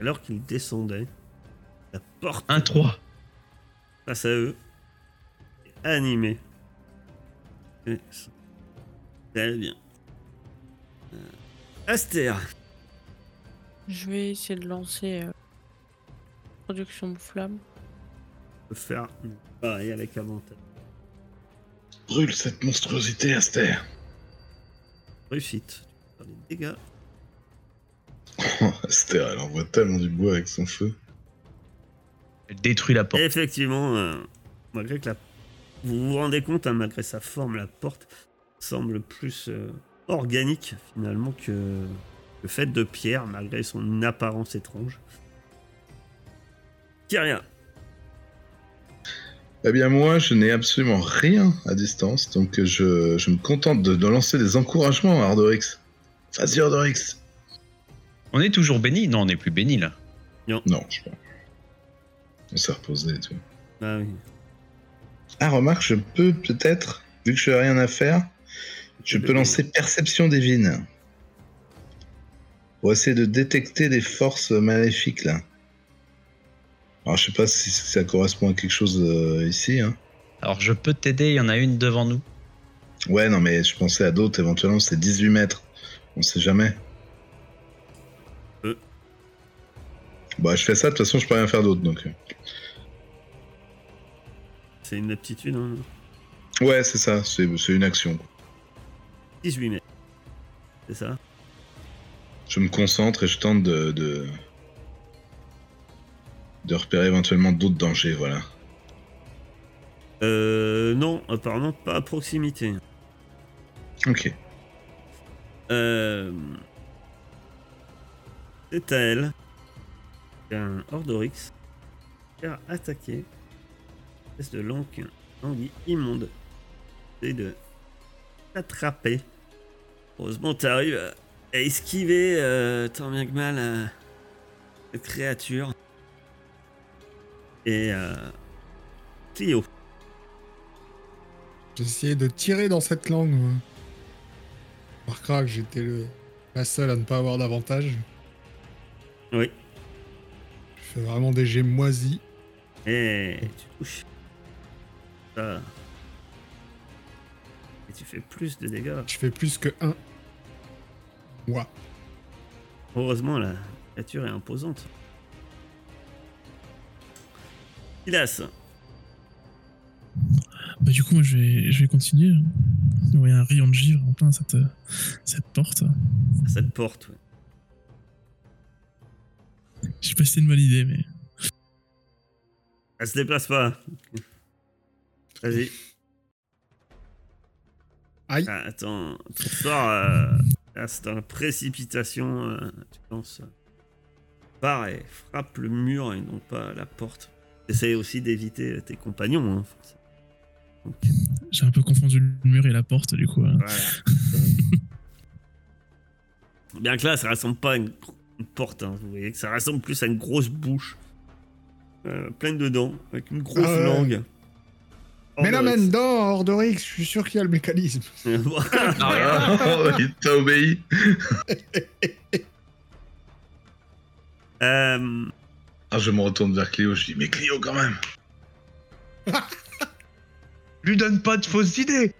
Alors qu'ils descendaient, la porte 1-3. face à eux est animée. Et ça- ça allait bien. Euh, Aster, Je vais essayer de lancer euh, production de flamme. peut faire pareil avec avantage. Brûle cette monstruosité, Aster. Réussite. Tu peux faire des dégâts. Aster, elle envoie tellement du bois avec son feu. Elle détruit la porte. Effectivement, euh, malgré que la... Vous vous rendez compte, hein, malgré sa forme, la porte semble plus euh, organique finalement que... que faite de pierre, malgré son apparence étrange. Kyria, Eh bien moi, je n'ai absolument rien à distance, donc je, je me contente de, de lancer des encouragements à Ardorix. Vas-y Ardorix On est toujours béni Non, on n'est plus béni là. Non, je sais pas. On s'est reposé et tout. bah oui. Ah, remarque, je peux peut-être, vu que je n'ai rien à faire, je peux lancer Perception Divine. Pour essayer de détecter des forces maléfiques, là. Alors, je sais pas si ça correspond à quelque chose euh, ici. Hein. Alors je peux t'aider, il y en a une devant nous. Ouais, non, mais je pensais à d'autres, éventuellement, c'est 18 mètres. On sait jamais. Euh. Bah, je fais ça, de toute façon, je peux rien faire d'autre, donc. euh. c'est une aptitude. hein. Ouais, c'est ça, c'est c'est une action. quoi. 18 mètres. C'est ça Je me concentre et je tente de. de, de repérer éventuellement d'autres dangers, voilà. euh, Non, apparemment pas à proximité. Ok. Euh... C'est à elle. Un Ordorix. Car attaqué. Espèce de langue, langue immonde. Et de t'attraper. Heureusement, t'arrives à, à esquiver euh, tant bien que mal euh, cette créature. Et euh, Clio. J'ai essayé de tirer dans cette langue. moi. On remarquera que j'étais le... la seule à ne pas avoir d'avantage. Oui. Je fais vraiment des jets moisis. Et tu touches. Eh. Ça. Et tu fais plus de dégâts. Je fais plus que 1. Ouah. Heureusement, la créature est imposante. Silas, Bah, du coup, moi, je vais, je vais continuer. Il y a un rayon de givre en plein à cette, euh, cette porte. à cette porte, ouais. Je sais pas si c'est une bonne idée, mais. elle se déplace pas. Vas-y. Aïe. Ah, attends, ton sort, euh, là, c'est dans la précipitation, euh, tu penses. Part et frappe le mur et non pas la porte. Essaye aussi d'éviter tes compagnons, hein, forcément. Donc, J'ai un peu confondu le mur et la porte, du coup. euh. Voilà. Bien que là, ça ressemble pas à une, gro- une porte, hein, vous voyez, que ça ressemble plus à une grosse bouche, euh, pleine de dents, avec une grosse Ah ouais. langue. Oh, Mais la main Ordorix. dedans, Ordorix, je suis sûr qu'il y a le mécanisme. Ah, Ah, Oh, il t'a obéi. Euh, Ah, je me retourne vers Cléo, je dis Mais Cléo, quand même Lui donne pas de fausses idées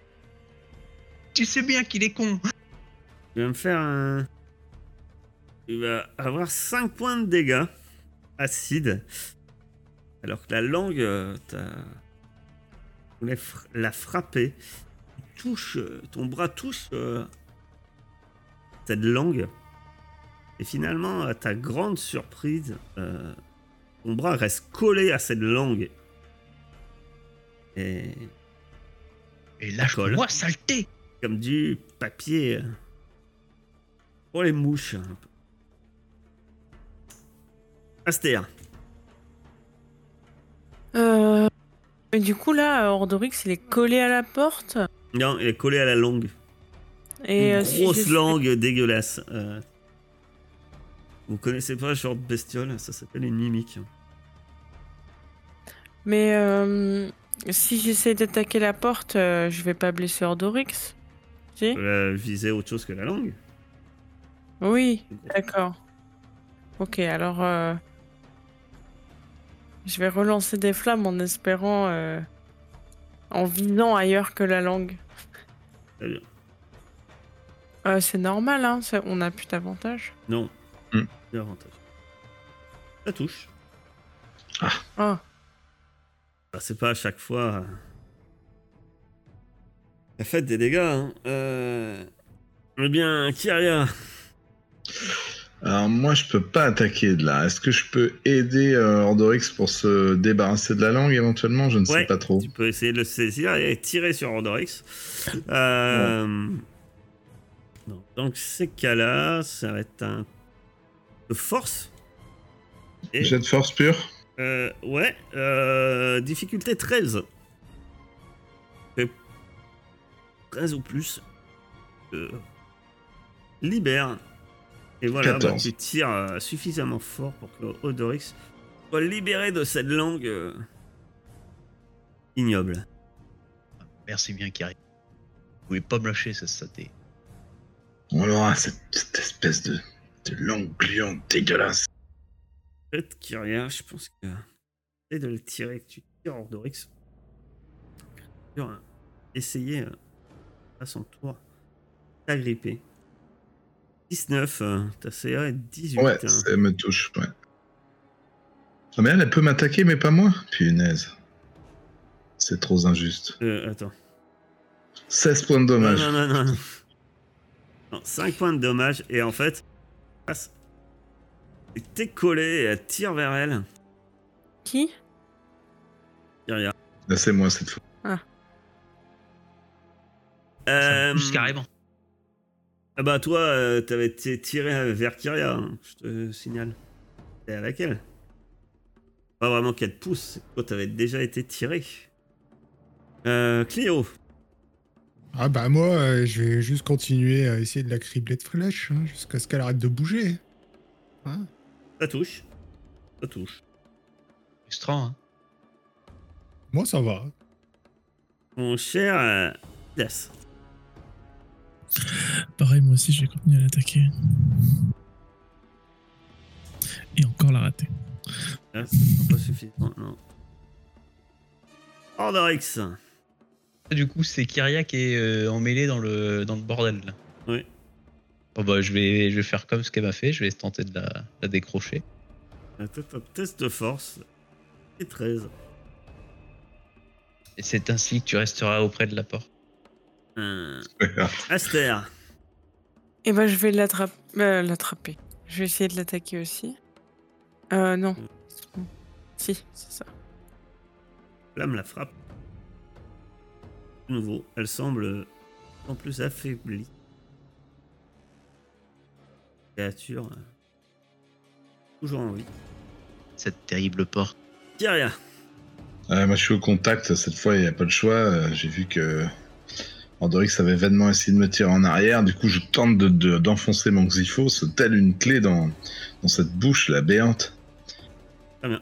Tu sais bien qu'il est con tu vas me faire un. Tu vas avoir 5 points de dégâts acides. Alors que la langue, euh, t'as. tu voulais fr- la frapper. Tu touches, euh, ton bras touche euh, cette langue. Et finalement, à ta grande surprise, euh, ton bras reste collé à cette langue. Et Et Colle. lâche-moi, saleté comme du papier euh, pour les mouches. un peu. Astéa, Euh... Et du coup, là, euh, Ordorix, il est collé à la porte. non, il est collé à la langue. Et Une euh, si grosse j'essaie- langue dégueulasse. euh. Vous connaissez pas ce genre de bestiole Ça s'appelle une mimique. Mais euh, si j'essaie d'attaquer la porte, euh, je vais pas blesser Ordorix. Si Euh, viser autre chose que la langue Oui, d'accord. Ok, alors. euh, Je vais relancer des flammes en espérant. euh, En visant ailleurs que la langue. Très bien. Euh, c'est normal, hein, ça- on a plus d'avantage. Non. Hmm. Davantage. Ça touche. Ah, Bah, c'est pas à chaque fois. euh, La fête des dégâts. Hein. Euh... Eh bien, Kyria, Alors moi, je peux pas attaquer de là. Est-ce que je peux aider euh, Ordorix pour se débarrasser de la langue éventuellement Je ne Ouais. sais pas trop. tu peux essayer de le saisir et tirer sur Ordorix. Euh... non. Donc, ces cas-là, ça va être un. de force. Et, J'ai de force pure. euh, ouais, euh, difficulté 13. Fait 13 ou plus. Euh, libère. Et voilà, bah, 14. tu tires euh, suffisamment fort pour que Odorix soit libéré de cette langue euh, ignoble. Merci bien, Kyrie. Vous pouvez pas me lâcher, cette saté. On aura cette, cette espèce de, de langue gluante dégueulasse. Peut-être Kyria, je pense que. Essaye de le tirer, que tu tires Odorix. Sur un- Essayer euh, à son tour t'agripper. 19, euh, ta CA est 18. Ouais, hein. ça me touche. Ouais. Ah mais elle, elle peut m'attaquer, mais pas moi. Punaise. C'est trop injuste. Euh, attends. 16 points de dommage. Non, non, non, non. 5 points de dommage, et en fait, passe. Et T'es collé, et elle tire vers elle. qui Kyria. Là, c'est moi cette fois. Ça me pousse Euh, carrément. Ah bah toi, euh, t'avais été tiré vers Kyria, hein, je te signale. T'es avec elle. Pas vraiment qu'elle te pousse, c'est que toi t'avais déjà été tiré. Euh, Clio, Ah bah moi, euh, je vais juste continuer à essayer de la cribler de flèches hein, jusqu'à ce qu'elle arrête de bouger. Hein ça touche. Ça touche. Frustrant, hein. moi ça va. Mon cher... euh, Midas. Pareil, moi aussi, je vais continuer à l'attaquer. Et encore la rater. Ah, c'est pas suffisant, non. Ordorix. Du coup, c'est Kyria qui est euh, emmêlée dans le, dans le bordel, là. Ouais. Bon, bah, je vais, je vais faire comme ce qu'elle m'a fait. Je vais tenter de la, la décrocher. Attends, attends, test de force. Et 13. Et c'est ainsi que tu resteras auprès de la porte. Euh, Aster. Eh ben, je vais l'attraper. l'attraper. Je vais essayer de l'attaquer aussi. Euh, non. Si, c'est ça. Flamme la frappe. De nouveau, elle semble en plus affaiblie. Créature. euh, Toujours en vie. Cette terrible porte. Kyria, Ouais, moi, je suis au contact. Cette fois, il n'y a pas de choix. Euh, J'ai vu que Andorix avait vainement essayé de me tirer en arrière. Du coup, je tente de- de- d'enfoncer mon Xyphos tel une clé dans, dans cette bouche, la béante. Très bien.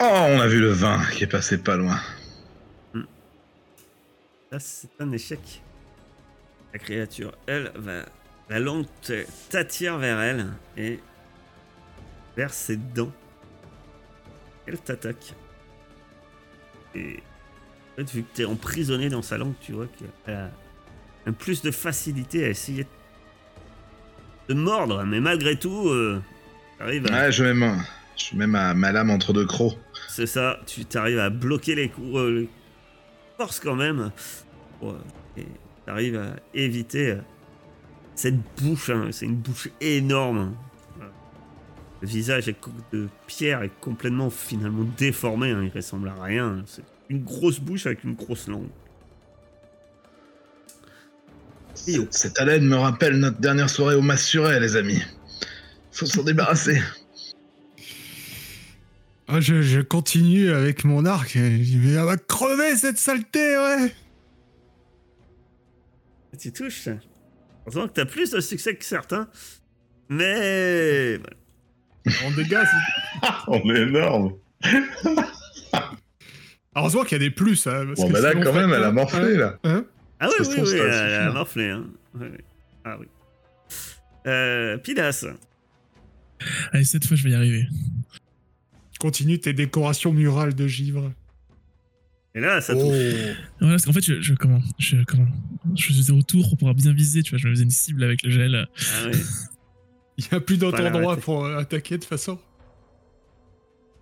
Oh, on a vu le vin qui est passé pas loin. là Ah, c'est un échec. La créature, elle, va. La langue te- t'attire vers elle et vers ses dents. Elle t'attaque. Et en fait, vu que t'es emprisonné dans sa langue, tu vois qu'elle a un plus de facilité à essayer de te mordre, mais malgré tout, euh, t'arrives à- Ouais, je mets, ma, je mets ma, ma lame entre deux crocs. c'est ça, tu t'arrives à bloquer les coups, euh, les forces quand même. Pour, euh, et t'arrives à éviter euh, cette bouche, hein, c'est une bouche énorme. hein. Le visage est co- de pierre est complètement finalement déformé, hein, il ressemble à rien. hein. C'est une grosse bouche avec une grosse langue. Yo. Cette haleine me rappelle notre dernière soirée au Massuret, les amis. Faut s'en débarrasser. Ah, je, je continue avec mon arc. et je dis, Mais elle va crever cette saleté, ouais. Tu touches. Heureusement que t'as plus de succès que certains. Mais En dégâts, c'est- on est énorme. heureusement qu'il y a des plus. hein, parce Bon, que bah là, sinon, quand même, fait, elle a hein, morflé, là. hein. Ah oui, Ça se oui, trouve, oui, ça elle suffit, a hein. Ah morflé. Hein. Ouais, ouais. Ah oui. Euh, Pidas, Allez, cette fois, je vais y arriver. Continue tes décorations murales de givre. Et là, ça Oh. touche. Ah, Voilà, parce qu'en fait, je, je comment Je comment Je faisais autour pour pouvoir bien viser, tu vois. Je me faisais une cible avec le gel. Ah oui. Il n'y a plus d'autre Pas l'arrêter. endroit pour euh, attaquer de toute façon.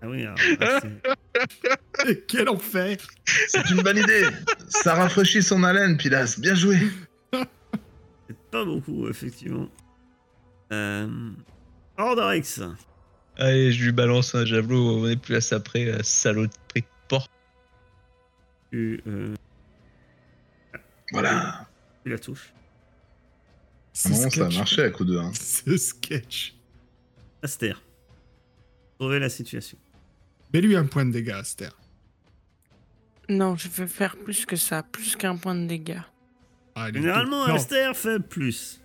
Ah oui, alors, là, c'est- Et Quel enfer C'est une bonne idée. Ça rafraîchit son haleine, Pilas. Bien joué. c'est pas beaucoup, effectivement. Euh... Ordorex. Allez, je lui balance un javelot, on est plus à ça près, euh, saloperie de porc. Tu, euh, Voilà. tu la touches. Ce Non, ça a sketch. marché à coup hein. de 1. Ce sketch. Aster. Sauver la situation. Mets-lui un point de dégâts, Aster. Non, je veux faire plus que ça, plus qu'un point de dégâts. Allez, Généralement, deux. Non, Aster fait plus.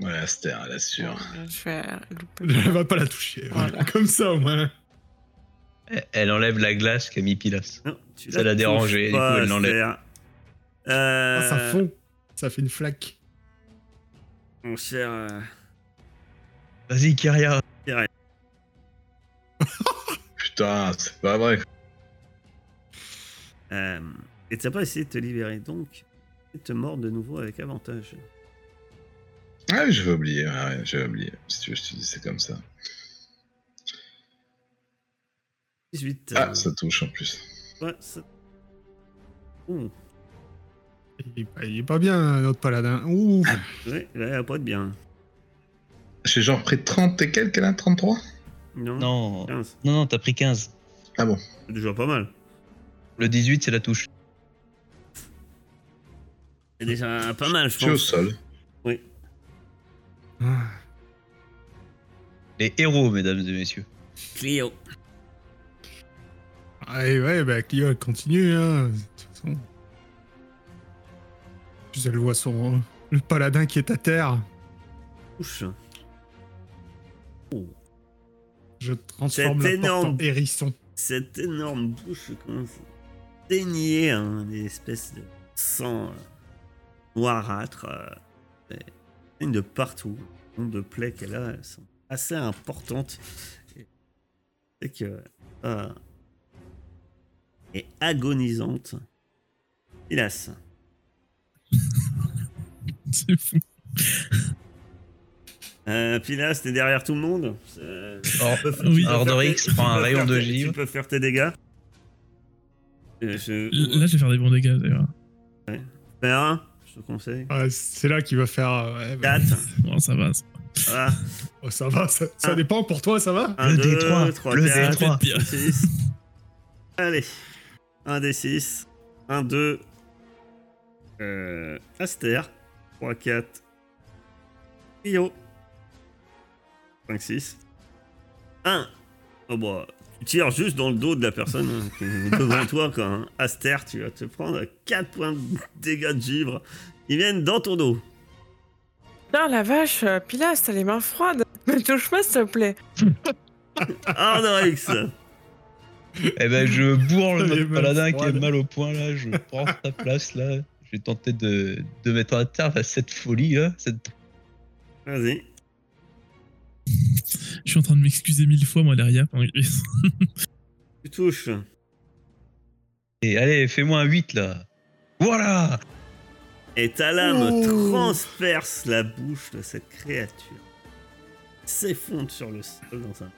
Ouais, Aster, elle assure. Je vais louper. Elle va pas la toucher. voilà. Voilà. Comme ça, au moins. Elle- Elle enlève la glace qu'a mis Pilas. Non, tu Ça la l'a touches dérangé, du coup, pas, elle l'enlève. Aster. Euh, Ah, ça fond. Ça fait une flaque. Mon cher. euh, Vas-y, Kyria. Putain, c'est pas vrai. euh, et t'as pas essayé de te libérer, donc. Elle te mord de nouveau avec avantage. Ah, j'avais oublié. Ah, ouais, j'avais oublié. Si tu veux, je te dis, c'est comme ça. 18. euh, Ah, ça touche en plus. ouais, ça- Ouh, Il est, pas, il est pas bien, notre paladin. Ouh, ouais, là, elle va pas être bien. J'ai genre pris 30 et quelques, elle a 33 Non, Non, 15. non, non, t'as pris 15. Ah bon. C'est déjà pas mal. Le 18, c'est la touche. C'est déjà pas mal, je Tu es au pense. sol. Ah, Les héros, mesdames et messieurs. Clio. ouais, ouais, bah Clio, elle continue, hein. De toute façon. Puis elle voit son. Le paladin qui est à terre. Touche. Je transforme C'est la porte en énorme. hérisson. cette énorme bouche commence à saigner hein, des espèces de sang euh, noirâtre. euh, et saigne de partout. Le nombre de plaies qu'elle a elles sont assez importantes. Et, c'est que, euh, et agonisante. Hélas. C'est fou. Euh, Pilas, t'es derrière tout le monde Euh, Or- tu peux- Oui. tu peux Ordorix faire tes- prend tu un peux rayon faire de tes- givre. Tu peux faire tes dégâts. Euh, je... L- Là, je vais faire des bons dégâts, d'ailleurs. Faire un, je te conseille. Ouais, c'est là qu'il va faire. euh, ouais, bah, 4, Bon, ça va. ça- voilà. oh, ça va, ça, ça Ah. dépend pour toi, ça va 1, Le 2, D3, 3, le 4, D3. Pire. 6. Allez, 1 des 6, 1, 2. Euh, Aster, 3, 4. Rio, 5, 6. 1. Oh bah, tu tires juste dans le dos de la personne hein, qui est devant toi, quand hein. Aster, tu vas te prendre 4 points de dégâts de givre. Ils viennent dans ton dos. Putain, la vache, euh, Pilas, t'as les mains froides. Me touche pas, s'il te plaît. Ah, Arnorix, Eh ben, je bourre Les le mains paladin qui est froides. mal au point là. Je prends ta place là. Je vais tenter de, de mettre un terme à cette folie là. Cette... vas-y. Je suis en train de m'excuser mille fois, moi, derrière. pendant que- Tu touches. Et allez, fais-moi un 8 là. Voilà Et ta lame Ouh. transperce la bouche de cette créature. S'effondre sur le sol dans un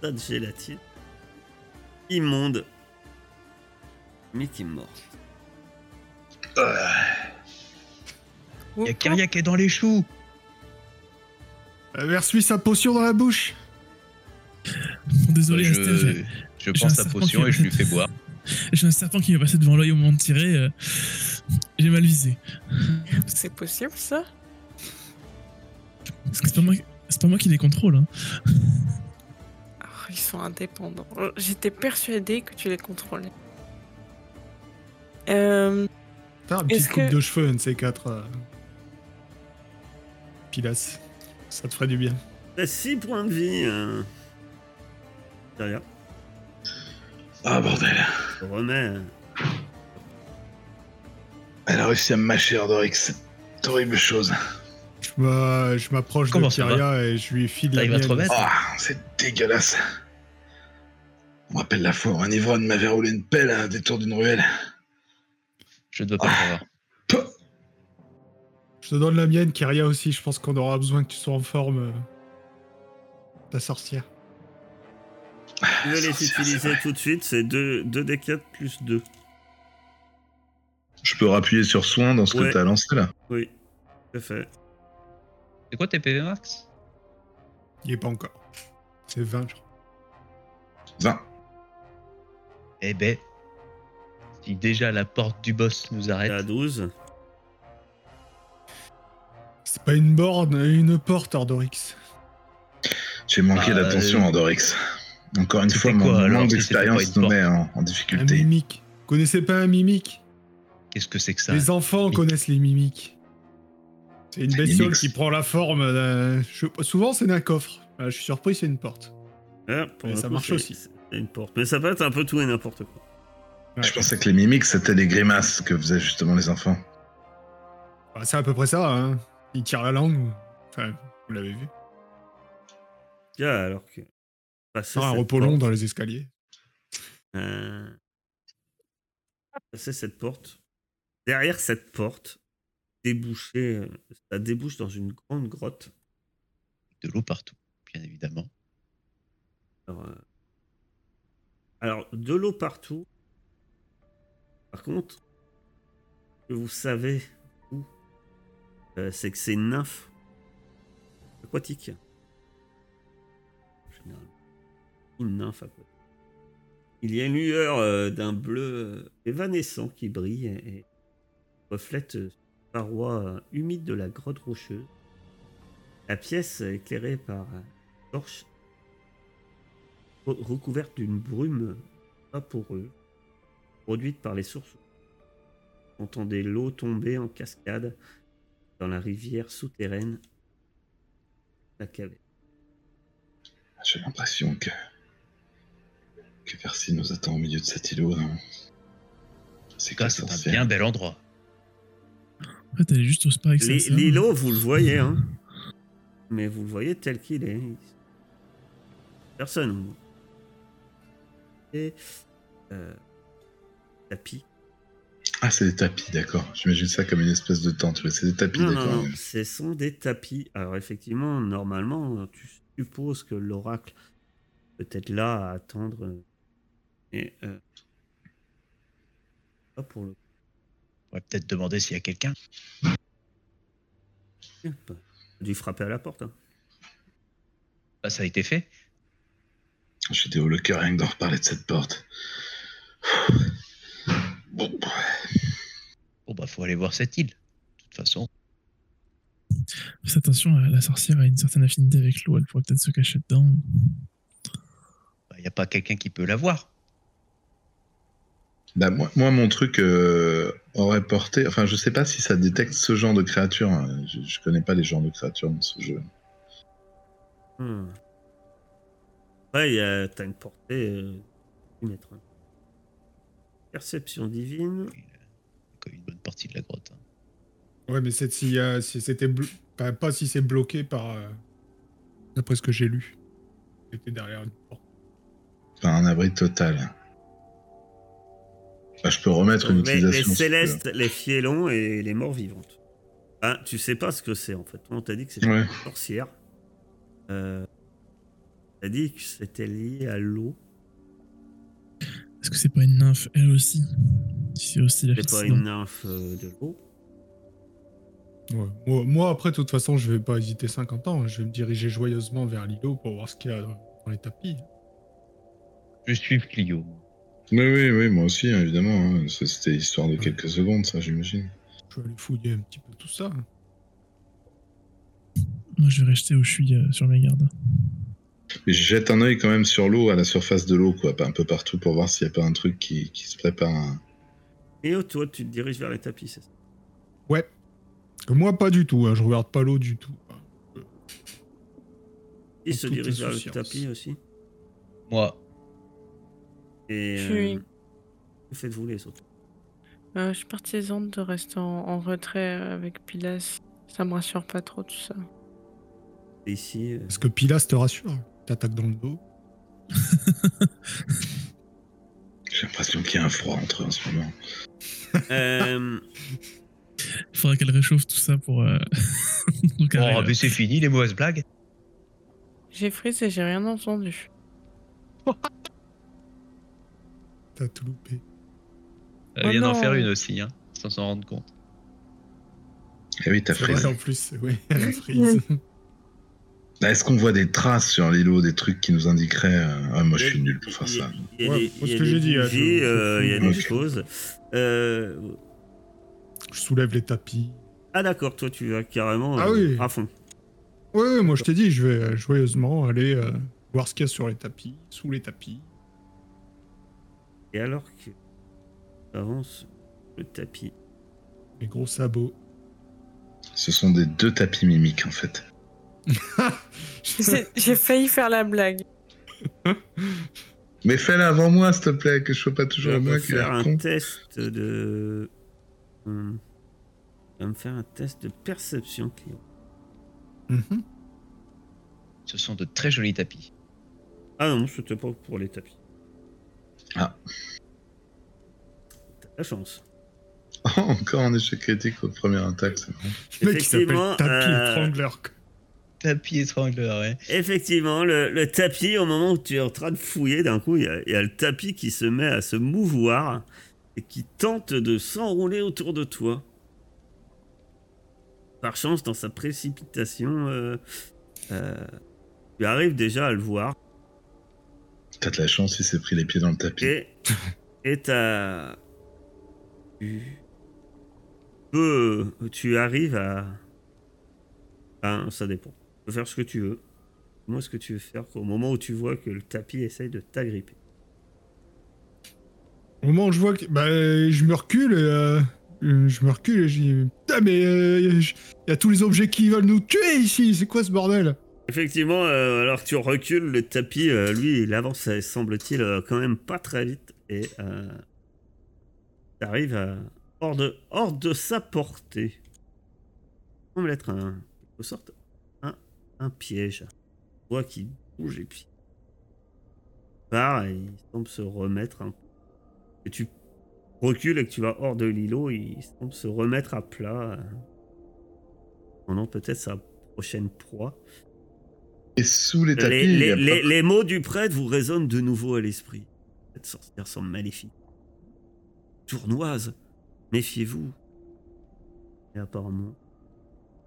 tas de gélatine. Immonde. Mais qui est mort. Il y a Kyria qui est dans les choux. Euh, Versuit sa potion dans la bouche. Bon, désolé, Aster, j'ai- je, je j'ai prends un sa serpent potion qui- et je lui fais boire. J'ai un serpent qui m'est passé devant l'œil au moment de tirer. euh, J'ai mal visé. C'est possible, ça Parce que c'est pas moi, c'est pas moi qui les contrôle. Hein. Oh, Ils sont indépendants. Euh, J'étais persuadée que tu les contrôlais. Euh, Putain, une Est-ce petite coupe que- de cheveux, un de ces quatre. euh. Pilas. Ça te ferait du bien. T'as 6 points de vie. euh. Derrière. Ah, bordel. Je remets. euh. Elle a réussi à me mâcher, Ordorix. Cette horrible chose. Je Bah, je m'approche de Comment ça Kyria et je lui file la T'arrives à te mienne. remettre Ah, c'est dégueulasse. On me rappelle la fois où un ivrogne m'avait roulé une pelle à un détour d'une ruelle. Je ne veux pas le savoir. Je te donne la mienne, Kyria aussi. Je pense qu'on aura besoin que tu sois en forme. euh, Ta sorcière. Je vais les Sorcière, c'est utiliser vrai. tout de suite, c'est 2 D4 plus 2. Je peux rappuyer sur soin dans ce Ouais. que t'as lancé là. Oui, tout à fait. C'est quoi tes PV max Il est pas encore. C'est 20, je crois. 20. Eh ben, si déjà la porte du boss nous T'es à arrête, 12. C'est pas une borne, une porte, Ardorix. J'ai manqué Ah, d'attention, euh, Andorix. Encore une c'était fois, mon quoi, alors, manque si c'était pas d'expérience une nous met en, en Un difficulté. mimique. Vous connaissez pas un mimique qu'est-ce que c'est que ça Les enfants Oui. connaissent les mimiques. C'est une Les bestiole mimiques. qui prend la forme d'un. je- Souvent, c'est d'un coffre. Euh, Je suis surpris, c'est une porte. Ah, pour Mais le ça coup, marche c'est- aussi. c'est Une porte. Mais ça peut être un peu tout et n'importe quoi. Je pensais que les mimiques, c'était les grimaces que faisaient justement les enfants. Bah, c'est à peu près ça, hein. Il tire la langue. Enfin, vous l'avez vu. Ah, alors que. passer Faire Ah, un cette repos porte- long dans les escaliers. Euh, Passer cette porte. Derrière cette porte, déboucher, euh, ça débouche dans une grande grotte. De l'eau partout, bien évidemment. Alors, euh, alors, de l'eau partout. Par contre, ce que vous savez, vous, euh, c'est que c'est une nymphe aquatique. Généralement, Une nymphe aquatique. Il y a une lueur euh, d'un bleu euh, évanescent qui brille et, et reflète euh, la paroi euh, humide de la grotte rocheuse. La pièce est éclairée par euh, une torche re- recouverte d'une brume euh, vaporeuse euh, produite par les sources. Vous entendez l'eau tomber en cascade dans la rivière souterraine de la caverne. J'ai l'impression que. que Percy nous attend au milieu de cet îlot. hein. C'est Putain, quoi Ah, C'est ça un bien bel endroit. En fait, elle est juste au spa avec sa L'i- sœur. L'îlot, vous le voyez, hein, mais vous le voyez tel qu'il est. Personne. au moins. Et euh, tapis. Ah, c'est des tapis, d'accord. J'imagine ça comme une espèce de tente. mais C'est des tapis, Non, non, d'accord. non, ce sont des tapis. Alors effectivement, normalement, tu supposes que l'oracle peut être là à attendre. euh, Et euh, pas pour le On va peut-être demander s'il y a quelqu'un. coup. Bah, J'ai dû frapper à la porte. hein. Bah, ça a été fait. J'ai des hauts le cœur rien que d'en reparler de cette porte. Bon, Bon, bah, faut aller voir cette île. De toute façon, Faites attention, la la sorcière a une certaine affinité avec l'eau, elle pourrait peut-être se cacher dedans. il n'y bah, a pas quelqu'un qui peut la voir. Bah, moi, moi, mon truc euh, aurait porté. Enfin, je sais pas si ça détecte ce genre de créature. hein. Je, je connais pas les genres de créatures dans ce jeu. Hmm. Ouais, il y a- t'as une portée euh, 10 mètres. hein. Perception divine. Comme une bonne partie de la grotte. hein. Ouais, mais c'est si, euh, si c'était. blo- enfin, pas si c'est bloqué par. euh, D'après ce que j'ai lu. C'était derrière une porte. Enfin, un abri total. Bah, je peux remettre une Les- les, utilisation. si tu veux. célestes, les fielons et les morts vivantes. Ah, tu sais pas ce que c'est en fait. On t'a dit que c'était Ouais. une sorcière. Euh, t'as dit que c'était lié à l'eau. Est-ce que c'est pas une nymphe, elle aussi Si c'est aussi la C'est pas fille, une nymphe euh, de l'eau. Ouais. Moi, moi, après, de toute façon, je vais pas hésiter 50 ans. hein. Je vais me diriger joyeusement vers l'îlot pour voir ce qu'il y a dans dans les tapis. Je suis Clio. Oui, oui, oui, moi aussi, hein, évidemment. hein. Ça, C'était histoire de quelques secondes, ça, j'imagine. Je vais aller fouiller un petit peu tout ça. Moi, je vais rester où je suis euh, sur mes gardes. Mais je jette un œil quand même sur l'eau, à la surface de l'eau, quoi, pas un peu partout, pour voir s'il n'y a pas un truc qui, qui se prépare. à- Et oh, toi, tu te diriges vers les tapis, c'est ça Que moi, pas du tout. hein, Je regarde pas l'eau du tout. Il En se toute dirige vers les insouciance. tapis aussi. Moi, Et Je euh, suis- que faites-vous les autres Euh, je suis partisane de rester en, en retrait avec Pilas Ça me rassure pas trop tout ça. Et ici, euh, Parce que Pilas te rassure. hein. T'attaques dans le dos. J'ai l'impression qu'il y a un froid entre eux en ce moment. euh, Il faudra qu'elle réchauffe tout ça pour. euh, pour qu'elle Oh, arrive. mais c'est fini, les mauvaises blagues. J'ai frise et j'ai rien entendu. T'as tout loupé. Elle Oh vient Euh, d'en non. faire une aussi, hein, sans s'en rendre compte. Et Eh oui, t'as C'est vrai frisé. en plus. Oui, la frise. Ah, Est-ce qu'on voit des traces sur l'îlot, des trucs qui nous indiqueraient. euh, Ah, moi je suis nul pour faire ça. Il y a Ouais, des, c'est il y a ce que j'ai des dit, là, je- bougies, je euh, fous. il y a des Ok. choses. Euh, Je soulève les tapis. ah d'accord, toi tu vas carrément Ah euh, oui. à fond. Ouais, ouais, moi je t'ai dit, je vais euh, joyeusement aller euh, voir ce qu'il y a sur les tapis, sous les tapis. Et alors que avance le tapis. Les gros sabots. Ce sont des deux tapis mimiques en fait. C'est- J'ai failli faire la blague. Mais fais-la avant moi, s'il te plaît, que je sois pas Je toujours le vais mec qui faire un a l'air con. test de. Hum. Tu vas me faire un test de perception. Cléo. Ce sont de très jolis tapis. Ah non, c'était pas pour les tapis. Ah. T'as la chance. Oh, encore un échec critique au premier attaque, c'est marrant. Le mec il s'appelle Effectivement, Tapis euh, Étrangleur. Tapis étrangleur, ouais. Effectivement, le, le tapis, au moment où tu es en train de fouiller, d'un coup, il y, a- il y a le tapis qui se met à se mouvoir et qui tente de s'enrouler autour de toi. Par chance, dans sa précipitation, euh, euh, tu arrives déjà à le voir T'as de la chance, il s'est pris les pieds dans le tapis. et et t'as- tu peux, tu arrives à, Enfin, ça dépend. Tu peux faire ce que tu veux. Moi, ce que tu veux faire au moment où tu vois que le tapis essaye de t'agripper. Au moment où je vois que. Bah, euh, je me recule, et, euh, euh, je me recule et je dis Putain, mais il y a tous les objets qui veulent nous tuer ici, c'est quoi ce bordel Effectivement, euh, alors que tu recules, le tapis, euh, lui, il avance, euh, semble-t-il, euh, quand même pas très vite. Et euh, t'arrives à- hors, de, hors de sa portée. Il semble être un, en sorte, un, un piège. Tu vois qui bouge et puis il part et il semble se remettre un peu. Et tu recules et que tu vas hors de l'îlot, il semble se remettre à plat. euh, pendant peut-être sa prochaine proie. Et sous les tapis, Les, il y les- a les- pas- les mots du prêtre vous résonnent de nouveau à l'esprit. Cette sorcière semble maléfique. Tournoise, méfiez-vous. Et apparemment,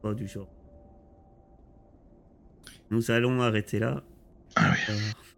pas du genre. Nous allons arrêter là. Ah oui. Euh,